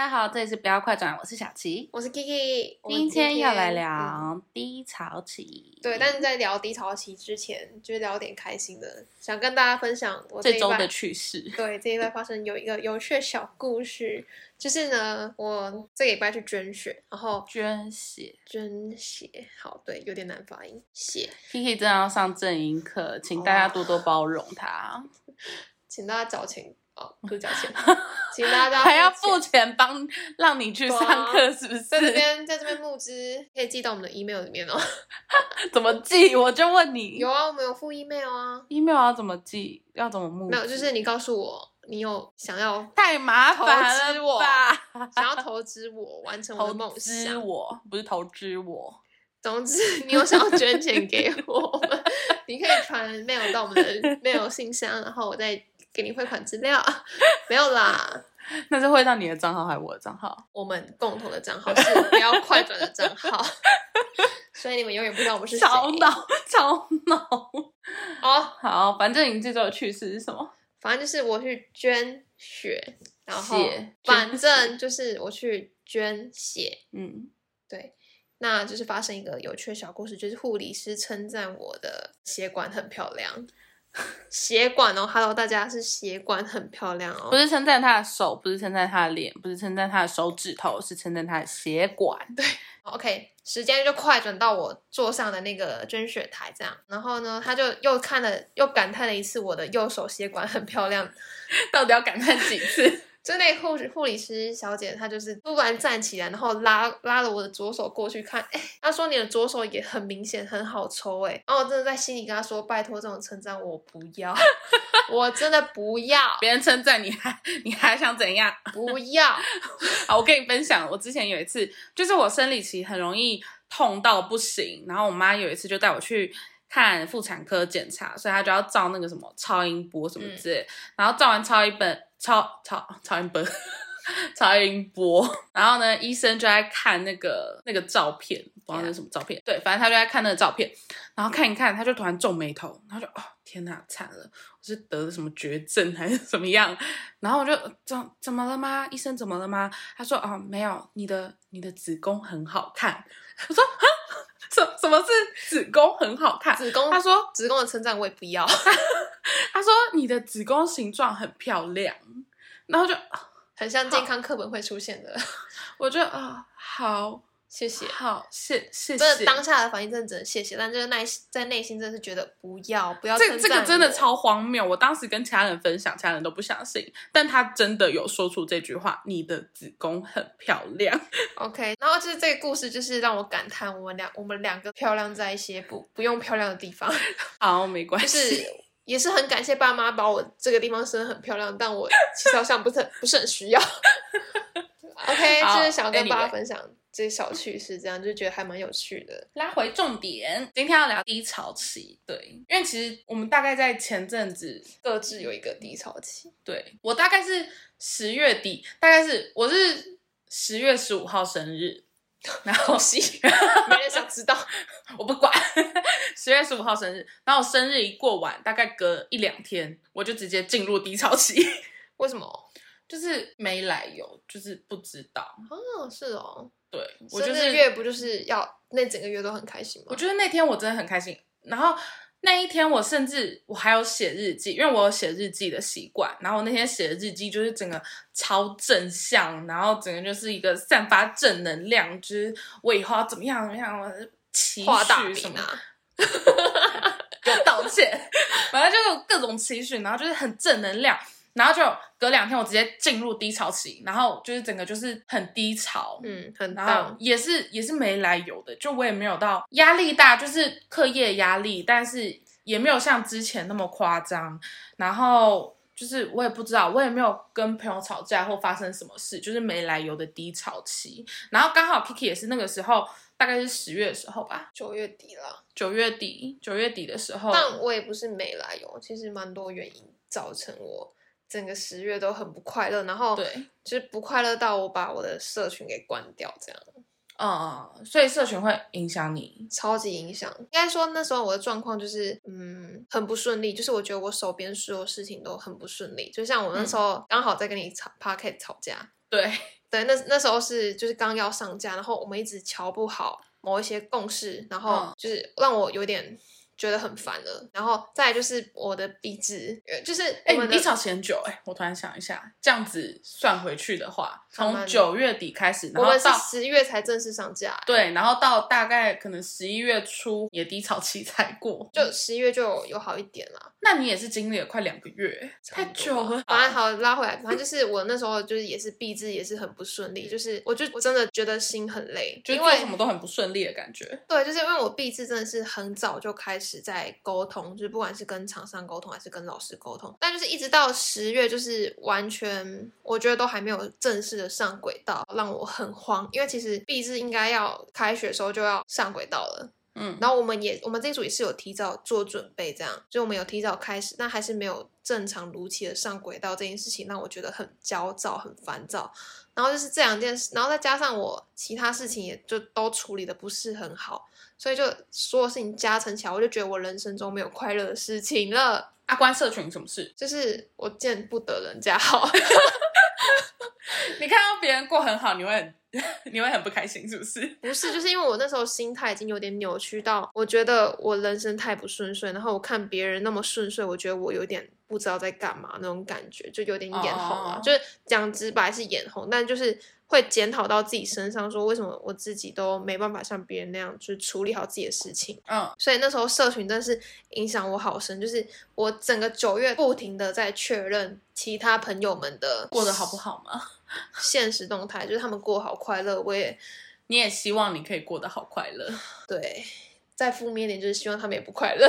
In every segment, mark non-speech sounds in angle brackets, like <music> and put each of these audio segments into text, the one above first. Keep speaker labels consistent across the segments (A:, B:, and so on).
A: 到，这里是不要快转，我是小琪。
B: 我是 Kiki，我们
A: 今天要来
B: 嗯
A: 聊低潮期，
B: 对，但是在聊低潮期之前，就是聊点开心的，想跟大家分享我这
A: 这
B: 一
A: 周
B: 拜
A: 的趣事。
B: 对这一拜发生有一个有趣的小故事，就是呢，我这个礼拜去捐血，然后
A: 捐血
B: 捐血，好，对，有点难发音，血，
A: ，Kiki 真的要上正音课，请大家多多包容他，
B: 请大家找钱哦，不是找
A: <laughs>
B: 钱，请大家
A: 还要
B: 付钱
A: 付钱帮让你去
B: 对啊
A: 上课，是不
B: 在这
A: 是？
B: 边，在这边募资可以寄到我们的 email 里面哦。 <laughs>
A: 怎么记？我就问你
B: 有啊，我们有附 email 啊。
A: ，email 要怎么记？要怎么募资？
B: 没有，就是你告诉我你有想要
A: 太麻
B: 投
A: 烦
B: 资
A: 了
B: 我
A: 吧？
B: 想要投资我完成我的
A: 投
B: 梦
A: 资
B: 想。
A: 我不是投资我，
B: 总之，你有想要捐钱给我们，你可以传 mail 到
A: <laughs>
B: 我们的 mail 信箱，然后我再给你汇款资料。没有啦，
A: 那是会让你的账号还是我的账号？
B: 我们共同的账号是不要快转的账号， <laughs> 所以你们永远不知道我们是谁。
A: 超 <laughs> 脑超脑。
B: 哦，
A: 好，反正你这周的趣事是什么？
B: 反正就是我去捐血，然后
A: 血捐
B: 反正就是我去捐血，
A: 嗯，
B: 对，那就是发生一个有趣的小故事，就是护理师称赞我的血管很漂亮， <laughs> 血管哦，Hello，大家是血管很漂亮哦，
A: 不是称赞他的手，不是称赞他的脸，不是称赞他的手指头，是称赞他的血管。
B: OK，时间就快转到我坐上的那个捐血台，这样，然后呢，他就又看了，又感叹了一次我的右手血管很漂亮。
A: 到底要感叹几次？
B: 就那护士护理师小姐，她就是突然站起来，然后拉拉了我的左手过去看，哎、她说你的左手也很明显很好抽、哎，然后我真的在心里跟她说，拜托这种称赞我不要，
A: <laughs>
B: 我真的不要，
A: 别人称赞你还你还想怎样？
B: 不要，
A: <laughs> 好，我跟你分享，我之前有一次，就是我生理期很容易痛到不行，然后我妈有一次就带我去看妇产科检查，所以她就要照那个什么超音波什么之类的，然后照完超音本超超超音波。 <laughs> 超音波，然后呢，医生就在看那个那个照片，不知道那是什么照片。对，反正他就在看那个照片，然后看一看，他就突然皱眉头，然后就哦，天哪，惨了，我是得了什么绝症还是怎么样？然后我就呃怎怎么了吗？医生怎么了吗？他说哦，没有，你的你的子宫很好看。我说啊，什什么是子宫很好看？
B: 子宫
A: 他说
B: 子宫的称赞我也不
A: <laughs>
B: 要，
A: 他说你的子宫形状很漂亮，然后就啊
B: 很像健康课本会出现
A: <laughs>
B: 的，
A: 我就啊、好
B: 谢谢。
A: 好谢谢
B: 真的
A: 谢。
B: 当下的反应真的只能谢谢，但就是内在内心真的是觉得不要不要
A: 这
B: 称
A: 这
B: 赞
A: 个真的
B: 我
A: 超荒谬，我当时跟其他人分享，其他人都不相信，但他真的有说出这句话：“你的子宫很漂亮。 <laughs>
B: OK，然后就是这个故事，就是让我感叹我们两我们两个漂亮在一些不不用漂亮的地方，”
A: 好，没关
B: 就
A: 系 <laughs>
B: 是。也是很感谢爸妈把我这个地方生得很漂亮，但我其实好像不是很不是很需要。
A: <laughs>
B: OK，
A: 好
B: 就是想跟大家
A: anyway
B: 分享这些小趣事，这样就觉得还蛮有趣的。
A: 拉回重点，今天要聊低潮期。对，因为其实我们大概在前阵子，
B: 各自有一个低
A: <laughs>
B: 潮期，
A: 对我大概是十月底，大概是我是十月十五号生日， <laughs> 然后
B: 没人想知道。
A: 我不管， <laughs> 十月十五号生日，然后我生日一过完，大概隔一两天，我就直接进入低潮期。 <laughs>
B: 为什么？
A: 就是没来由，就是不知道。
B: 哦，是哦，
A: 对嗯我
B: 生
A: 就
B: 日
A: 是，
B: 月不就是要那整个月都很开心吗？
A: 我觉得那天我真的很开心。然后那一天我甚至我还有写日记，因为我有写日记的习惯。然后我那天写的日记就是整个超正向，然后整个就是一个散发正能量，就是我以后要怎么样怎么样，我的期
B: 画大
A: 许什
B: 饼
A: 么
B: 啊，
A: <laughs> 有道歉，反正就是各种期许，然后就是很正能量，然后就隔两天我直接进入低潮期，然后就是整个就是很低潮，
B: 嗯，很
A: 然后
B: 棒。
A: 也是也是没来由的，就我也没有到压力大，就是课业压力，但是也没有像之前那么夸张。然后就是我也不知道，我也没有跟朋友吵架或发生什么事，就是没来由的低潮期。然后刚好 Kiki 也是那个时候，大概是十月的时候吧，
B: 九月底了。
A: 九月底九月底的时候，
B: 但我也不是没来由，其实蛮多原因造成我整个十月都很不快乐，然后
A: 对
B: 就是不快乐到我把我的社群给关掉，这样
A: 嗯，所以社群会影响你。
B: 超级影响。应该说那时候我的状况就是，嗯，很不顺利，就是我觉得我手边所有事情都很不顺利。就像我那时候刚好在跟你吵 p o c k e t 吵架，
A: 对，
B: 对，那那时候是就是刚要上架，然后我们一直瞧不好某一些共识，然后
A: 嗯
B: 就是让我有点。觉得很烦了，然后再来就是我的鼻子，呃就是我
A: 哎、
B: 们的、
A: 你一吵时间久哎、我突然想一下，这样子算回去的话，
B: 好慢
A: 从九月底开始，然
B: 我
A: 后
B: 们是
A: 到
B: 十月才正式上架、欸，
A: 对，然后到大概可能十一月初也低潮期才过，
B: 就十一月就有有好一点啦。
A: 那你也是经历了快两个月，太久了。
B: 反正好拉回来，反正就是我那时候就是也是闭智也是很不顺利，就是我就我真的觉得心很累，
A: 就是
B: 因
A: 做
B: 为
A: 什么都很不顺利的感觉。
B: 对，就是因为我闭智真的是很早就开始在沟通，就是不管是跟厂商沟通还是跟老师沟通，但就是一直到十月，就是完全我觉得都还没有正式的上轨道，让我很慌，因为其实闭智应该要开学的时候就要上轨道了。
A: 嗯，
B: 然后我们也，我们这一组也是有提早做准备，这样，就我们有提早开始，但还是没有正常如期的上轨道，这件事情让我觉得很焦躁、很烦躁。然后就是这两件事，然后再加上我其他事情也就都处理的不是很好，所以就所有事情加成起来，我就觉得我人生中没有快乐的事情了，
A: 阿啊关社群什么事？ <laughs>
B: 就是我见不得人家好。
A: 你看到别人过很好，你会很 <laughs> 你会很不开心，是不是？
B: 不是，就是因为我那时候心态已经有点扭曲到，我觉得我人生太不顺遂，然后我看别人那么顺遂，我觉得我有点不知道在干嘛那种感觉，就有点眼红啊
A: 哦
B: 就是讲直白是眼红，但就是会检讨到自己身上，说为什么我自己都没办法像别人那样，就是处理好自己的事情。
A: 嗯，
B: 所以那时候社群真的是影响我好深，就是我整个九月不停的在确认其他朋友们的
A: 过得好不好嘛？
B: 现实动态，就是他们过得好快乐，我也
A: 你也希望你可以过得好快乐。
B: 对，再负面一点就是希望他们也不快乐， <laughs>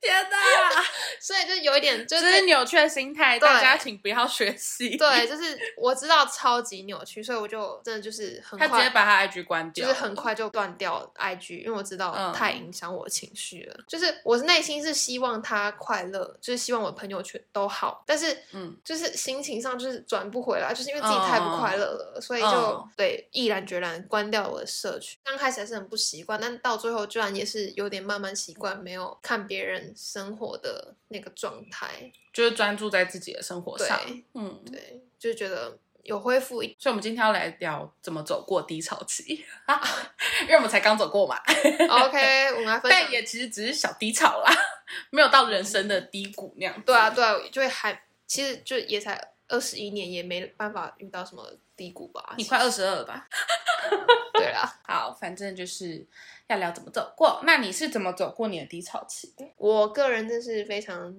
A: 天哪，
B: 所以就有一点 <laughs> 就
A: 这
B: 是
A: 是扭曲的心态，
B: 对
A: 大家请不要学习。，
B: 对，就是我知道超级扭曲，所以我就真的就是很
A: 他直接
B: 快。
A: 把他 IG 关
B: 就
A: 掉，
B: 是很。快就断掉 IG，因为我知道
A: 嗯
B: 太影响我情绪了。就是我内心是希望他快乐，就是希望我的朋友圈都好，但是
A: 嗯，
B: 就是心情上就是转不回来，就是因为自己太不
A: 哦
B: 快乐了，所以就、
A: 嗯
B: 对毅然决然关掉我的社群。刚开始还是很不习惯，但到最后居然也是有点慢慢习惯，没有看别人生活的那个状态。
A: 就是专注在自己的生活上。
B: 对
A: 嗯，
B: 对，就觉得有恢复一
A: 所以我们今天要来聊怎么走过低潮期，因为我们才刚走过嘛， <laughs>
B: OK，我们来分享
A: 但。也其实只是小低潮啦，没有到人生的低谷那样子。
B: 对啊，对啊，就会还其实就也才二十一年，也没办法遇到什么低谷吧。
A: 你快二十二了吧？
B: 对啦，
A: <laughs> 好，反正就是要聊怎么走过。那你是怎么走过你的低潮期？
B: 我个人真是非常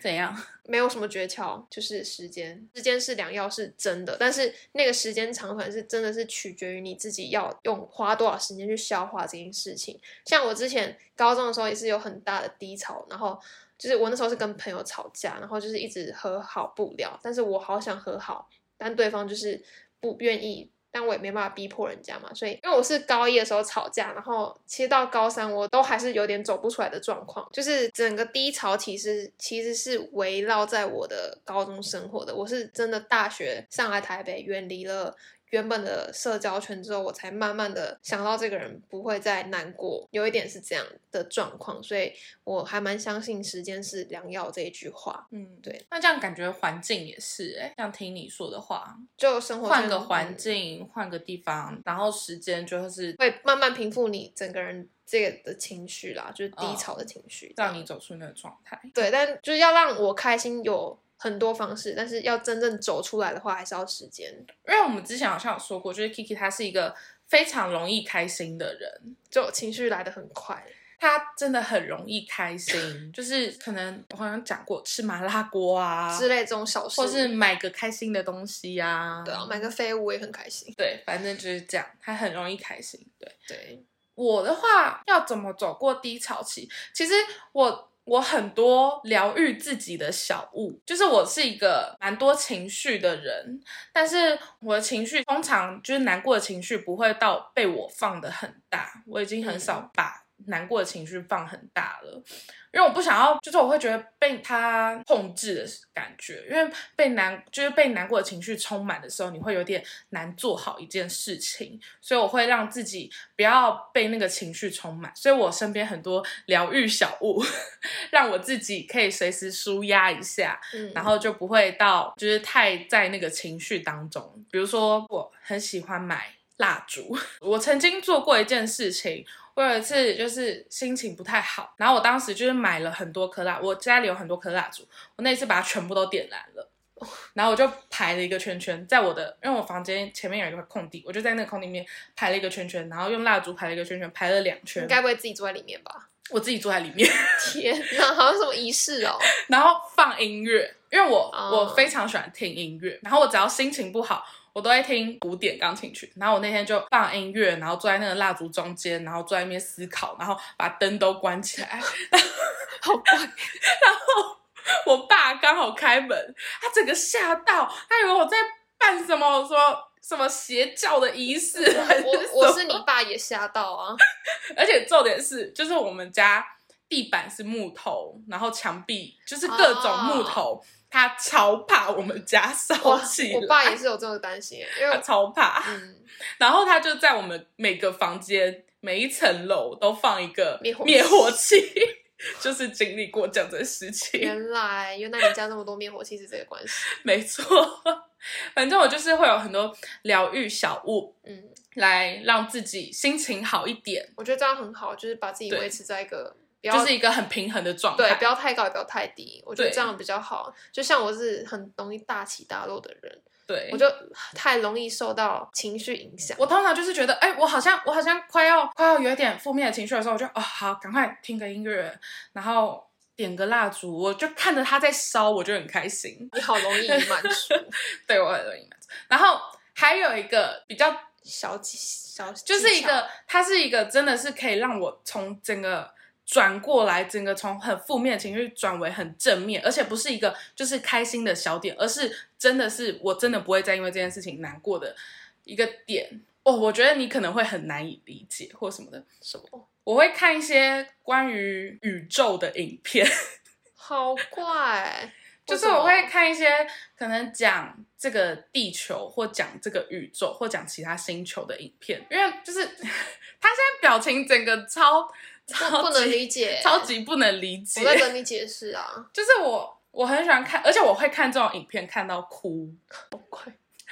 A: 怎样？
B: 没有什么诀窍，就是时间。时间是良药，是真的，但是那个时间长短是真的是取决于你自己要用花多少时间去消化这件事情。像我之前高中的时候也是有很大的低潮，然后就是我那时候是跟朋友吵架，然后就是一直和好不了，但是我好想和好，但对方就是不愿意。但我也没办法逼迫人家嘛，所以因为我是高一的时候吵架，然后其实到高三我都还是有点走不出来的状况，就是整个低潮其实其实是围绕在我的高中生活的。我是真的大学上来台北，远离了原本的社交圈之后，我才慢慢的想到这个人不会再难过，有一点是这样的状况，所以我还蛮相信时间是良药这一句话。
A: 嗯，
B: 对。
A: 那这样感觉环境也是、欸，哎，像听你说的话，
B: 就生活圈
A: 换个环境，换个地方，然后时间就是
B: 会慢慢平复你整个人这个的情绪啦，就是低
A: 哦
B: 潮的情绪，
A: 让你走出那个状态。
B: 对，但就是要让我开心有很多方式，但是要真正走出来的话，还是要时间。
A: 因为我们之前好像有说过，就是 Kiki 她是一个非常容易开心的人，
B: 就情绪来的很快，
A: 他真的很容易开心，就是可能我好像讲过吃麻辣锅啊，
B: 之类这种小事，
A: 或是买个开心的东西呀、
B: 对啊，买个废物我也很开心。
A: 对，反正就是这样，他很容易开心。对
B: 对，
A: 我的话，要怎么走过低潮期？其实我我很多疗愈自己的小物，就是我是一个蛮多情绪的人，但是我的情绪通常就是难过的情绪不会到被我放的很大，我已经很少把难过的情绪放很大了，因为我不想要，就是我会觉得被他控制的感觉，因为被难就是被难过的情绪充满的时候，你会有点难做好一件事情，所以我会让自己不要被那个情绪充满，所以我身边很多疗愈小物， <laughs> 让我自己可以随时舒压一下，
B: 嗯，
A: 然后就不会到就是太在那个情绪当中。比如说，我很喜欢买蜡烛， <laughs> 我曾经做过一件事情。我有一次就是心情不太好，然后我当时就是买了很多颗蜡，我家里有很多颗蜡烛，我那一次把它全部都点燃了，然后我就排了一个圈圈，在我的因为我房间前面有一块空地，我就在那个空地里面排了一个圈圈，然后用蜡烛排了一个圈圈，排了两
B: 你
A: 圈，
B: 该不会自己坐在里面吧？ <laughs>
A: 我自己坐在里面，
B: 天哪，好像什么仪式
A: <laughs>
B: 哦。
A: 然后放音乐，因为我、
B: 哦
A: 我非常喜欢听音乐，然后我只要心情不好，我都会听古典钢琴曲。然后我那天就放音乐，然后坐在那个蜡烛中间，然后坐在那边思考，然后把灯都关起来。 <laughs>
B: 好怪，
A: 我爸刚好开门，他整个吓到，他以为我在办什么，我说。什么邪教的仪式？
B: 我我是你爸也吓到啊！
A: <laughs> 而且重点是，就是我们家地板是木头，然后墙壁就是各
B: 啊
A: 种木头，他超怕我们家
B: 我
A: 烧起来。
B: 我爸也是有这种担心，因
A: <laughs> 他
B: 为
A: 超怕。
B: 嗯，
A: 然后他就在我们每个房间、每一层楼都放一个
B: 灭火器
A: 灭火器， <laughs> 就是经历过这样的事情，
B: 原来原来你家那么多灭火器是这个关系，
A: 没错。反正我就是会有很多疗愈小物
B: 嗯，
A: 来让自己心情好一点，
B: 我觉得这样很好，就是把自己
A: 对
B: 维持在一个不要
A: 就是一个很平衡的状
B: 对，不
A: 态。
B: 要太高，也不要太低，我觉得
A: 对
B: 这样比较好。就像我是很容易大起大落的人，
A: 对，
B: 我就太容易受到情绪影响。
A: 我通常就是觉得，哎、我好像我好像快要快要有一点负面的情绪的时候，我就哦好，赶快听个音乐，然后点个蜡烛，我就看着它在烧，我就很开心。
B: 你好容易
A: <laughs>
B: 满足，
A: 对我很容易满足。然后还有一个比较，
B: 小技小
A: 就是一
B: 技巧
A: 个，它是一个真的是可以让我从整个转过来，整个从很负面的情绪转为很正面，而且不是一个就是开心的小点，而是真的是我真的不会再因为这件事情难过的一个点。哦，我觉得你可能会很难以理解或什么的。
B: 什么，
A: 我会看一些关于宇宙的影片，
B: 好
A: <laughs>
B: 怪，
A: 就是
B: 为什么
A: 我会看一些可能讲这个地球或讲这个宇宙或讲其他星球的影片，因为就是 <laughs> 他现在表情整个超超
B: 不不能
A: 级
B: 理解，
A: 超级不能理解
B: 我，在等你解释啊，
A: 就是我我很喜欢看，而且我会看这种影片看到哭，
B: 好怪，
A: <laughs>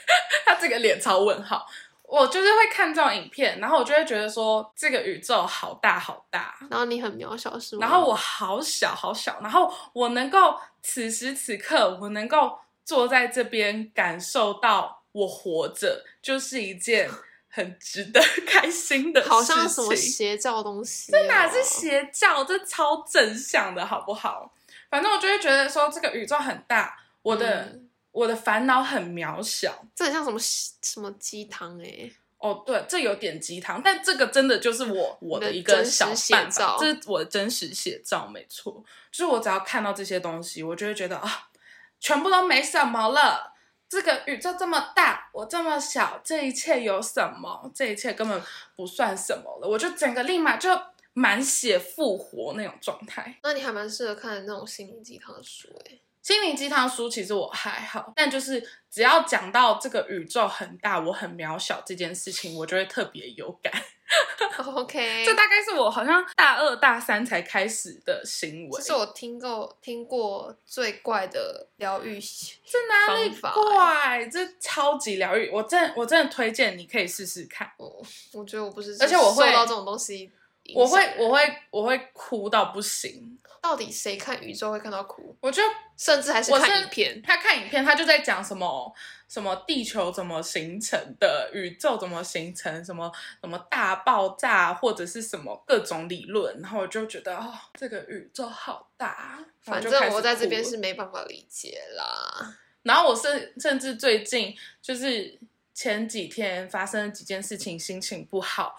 A: 他这个脸超问号。我就是会看这种影片，然后我就会觉得说这个宇宙好大好大，
B: 然后你很渺小是吗？
A: 然后我好小好小，然后我能够此时此刻，我能够坐在这边感受到我活着，就是一件很值得开心的事情。
B: 好像什么邪教东
A: <laughs>
B: 西、哦
A: 这哪是？邪教，这超正向的好不好？反正我就会觉得说这个宇宙很大，我的、
B: 嗯
A: 我的烦恼很渺小。
B: 这很像什么什么鸡汤哎、
A: 哦，对，这有点鸡汤，但这个真的就是我我的
B: 你的
A: 一个
B: 真实
A: 小
B: 写
A: 办法
B: 照，
A: 这是我的真实写照，没错。就是我只要看到这些东西，我就会觉得啊，全部都没什么了。这个宇宙这么大，我这么小，这一切有什么？这一切根本不算什么了。我就整个立马就满血复活那种状态。
B: 那你还蛮适合看那种心灵鸡汤的书哎、
A: 心灵鸡汤书其实我还好，但就是只要讲到这个宇宙很大，我很渺小这件事情，我就会特别有感。
B: OK，
A: 这大概是我好像大二大三才开始的行为。
B: 这是我听过听过最怪的疗愈
A: 这哪里
B: 方法哦
A: 怪？这超级疗愈，我真我真的推荐你可以试试看。
B: 我我觉得我不是，
A: 而且我会
B: 受到这种东西影响
A: 我会
B: 的
A: 我会我会哭到不行。
B: 到底谁看宇宙会看到哭，
A: 我就
B: 甚至还是
A: 我
B: 看
A: 是
B: 影片，
A: 他看影片，他就在讲什么什么地球怎么形成的，宇宙怎么形成，什么什么大爆炸或者是什么各种理论，然后我就觉得哦，这个宇宙好大。啊
B: 反
A: 然后就开
B: 正
A: 始
B: 我在这
A: 哭
B: 边
A: 了
B: 是没办法理解啦。
A: 然后我甚甚至最近就是前几天发生了几件事情，心情不好，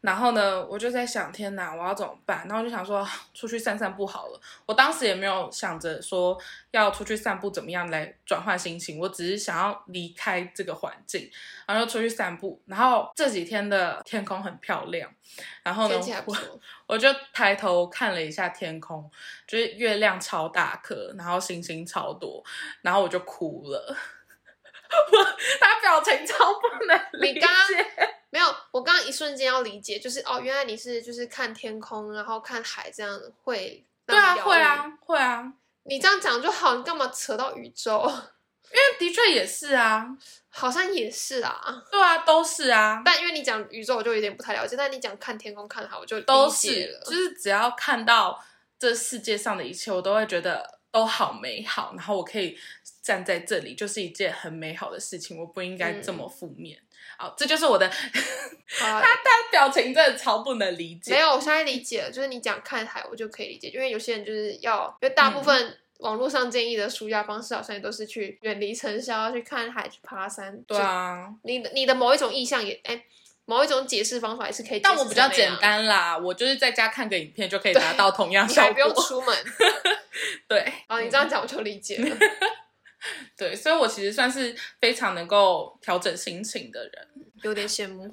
A: 然后呢，我就在想，天哪，我要怎么办？然后我就想说，啊出去散散步好了。我当时也没有想着说要出去散步怎么样来转换心情，我只是想要离开这个环境，然后就出去散步。然后这几天的天空很漂亮，然后呢
B: 天气还，不
A: 我
B: 错，
A: 我就抬头看了一下天空，就是月亮超大颗，然后星星超多，然后我就哭了。 <laughs> 我他表情超不能理
B: 你
A: 解，
B: 刚没有，我刚刚一瞬间要理解，就是哦，原来你是就是看天空，然后看海这样会。
A: 对啊，会。啊，会啊，
B: 你这样讲就好，你干嘛扯到宇宙？ <laughs>
A: 但的确也是啊，
B: 好像也是啦，
A: 对啊，都是啊，
B: 但因为你讲宇宙，我就有点不太了解。但你讲看天空、看海，我就理
A: 都
B: 解
A: 是
B: 了，。
A: 就是只要看到这世界上的一切，我都会觉得都好美好，然后我可以站在这里，就是一件很美好的事情，我不应该这么
B: 嗯
A: 负面。好，这就是我的， <laughs>
B: 好啦
A: 他他表情真的超不能理解，
B: 没有，我现在理解了，就是你讲看海，我就可以理解，因为有些人就是要，因为大
A: 嗯
B: 部分网络上建议的舒压方式，好像也都是去远离尘嚣，去看海，去爬山。
A: 对，啊，
B: 你的你的某一种意向也，哎，某一种解释方法也是可以。
A: 但我比较简，单啦，我就是在家看个影片就可以达到同样
B: 你
A: 效
B: 还不用
A: 果。
B: 出门。
A: 对，
B: 啊，你这样讲我就理解
A: <laughs>
B: 了。
A: 对，所以我其实算是非常能够调整心情的人。
B: 有点羡慕。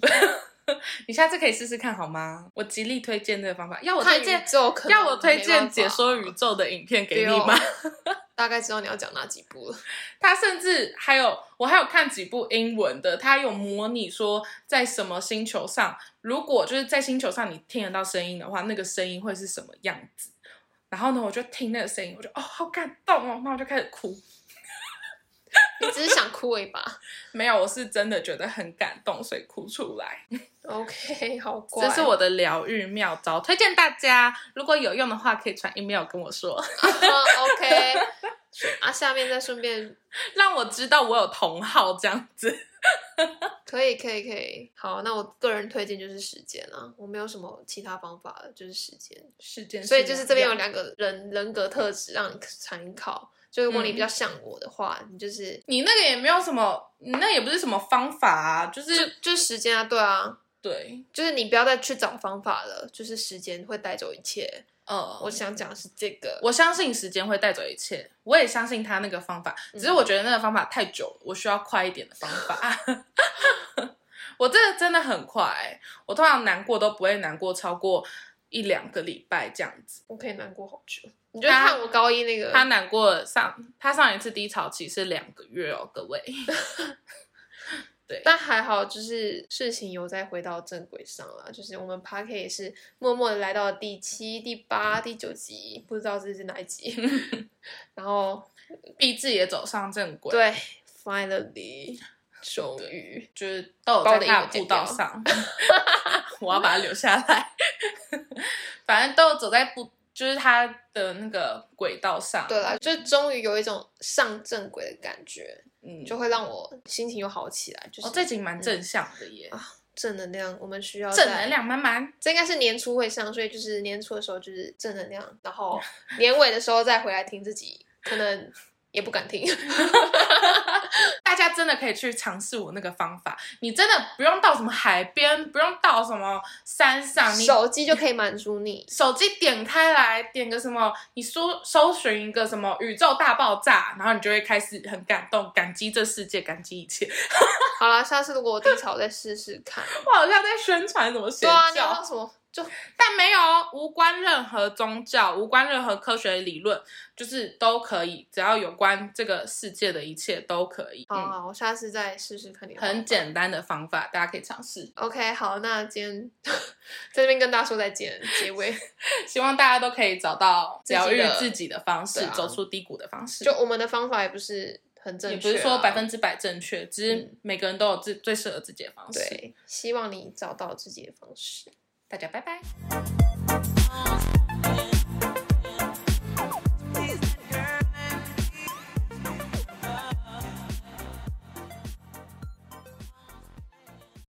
A: 你下次可以试试看好吗？我极力推荐这个方法。 <laughs> 要我
B: 看
A: 推
B: 宇
A: 荐，
B: 宙可能
A: 要我推
B: 没
A: 荐
B: 办法
A: 解说宇宙的影片给你
B: 不
A: 吗？
B: <laughs> 大概知道你要讲哪几部了。
A: 他甚至还有我还有看几部英文的，他有模拟说在什么星球上，如果就是在星球上你听得到声音的话，那个声音会是什么样子？然后呢，我就听那个声音，我就哦好感动哦，那我就开始哭。
B: 你只是想哭而已吧
A: <laughs> 没有，我是真的觉得很感动，所以哭出来。
B: ？OK，好 <laughs> 乖。
A: 这是我的疗愈妙招，推荐大家，如果有用的话，可以传 email 跟我说，
B: OK。啊， <laughs> 下面再顺便
A: 让我知道我有同好这样子。
B: 可以可以可以。好，那我个人推荐就是时间啊，我没有什么其他方法了，就是时间。
A: 事件，
B: 所以就是这边有两个人人格特质让你参考。就如果你比较像我的话，你就是
A: 你那个也没有什么，你那也不是什么方法啊，就
B: 就是就是时间啊，对啊，
A: 对，
B: 就是你不要再去找方法了，就是时间会带走一切。
A: 呃，
B: 我
A: 我
B: 想讲的是这个，
A: 我相信时间会带走一切，我也相信他那个方法，只是
B: 嗯
A: 我觉得那个方法太久了，我需要快一点的方法。 <laughs> 我这个真的很快、我通常难过都不会难过超过一两个礼拜这样子。
B: 我可以难过好久。你就看我高一那个，
A: 他难过上，他上一次低潮期是两个月哦，各位。 <laughs>
B: 但还好，就是事情有再回到正轨上了。就是我们 p a r k 也是默默的来到第七、第八、第九集，不知道这是哪一
A: <laughs>
B: 集。然后
A: 毕志也走上正轨，，
B: 对，finally，终于
A: 就是都有
B: 把
A: 在
B: 我的
A: 他
B: 英文
A: 的
B: 剪
A: 步道
B: 掉
A: 上， <laughs> 我要把它留下来。 <laughs> 反正都有走在步，就是他的那个轨道上。
B: 对啦，就终于有一种上正轨的感觉，
A: 嗯，
B: 就会让我心情又好起来，就是
A: 哦，这集蛮正向的耶，
B: 啊正能量。我们需要
A: 正
B: 在
A: 能量满满。
B: 这应该是年初会上，所以就是年初的时候就是正能量，然后年尾的时候再回来听自己，可能也不
A: <laughs>
B: 敢听。
A: 大家真的可以去尝试我那个方法，你真的不用到什么海边，不用到什么山上，你
B: 手机就可以满足你。
A: 手机点开来，点个什么，你搜搜寻一个什么宇宙大爆炸，然后你就会开始很感动，感激这世界，感激一切。
B: 好啦，下次如果我低潮再试试看。
A: <laughs> 我好像在宣传什么邪
B: 对啊，你
A: 教，
B: 要像什么？就
A: 但没有哦无关任何宗教，无关任何科学理论，就是都可以，只要有关这个世界的一切都可以。
B: 好好，我下次再试试看你
A: 嗯，
B: 的方法。
A: 很简单的方法，大家可以尝试。
B: OK，好，那今天 <laughs> 在这边跟大家说再见，结
A: <laughs>
B: 尾
A: 希望大家都可以找到
B: 自己的
A: 疗愈自己的方式，
B: 对啊
A: 走出低谷的方式。
B: 就我们的方法也不是很正确
A: 也不
B: 啊，
A: 是说百分之百正确，只是
B: 嗯
A: 每个人都有自最适合自己的方式。
B: 对，希望你找到自己的方式。
A: 大家拜拜。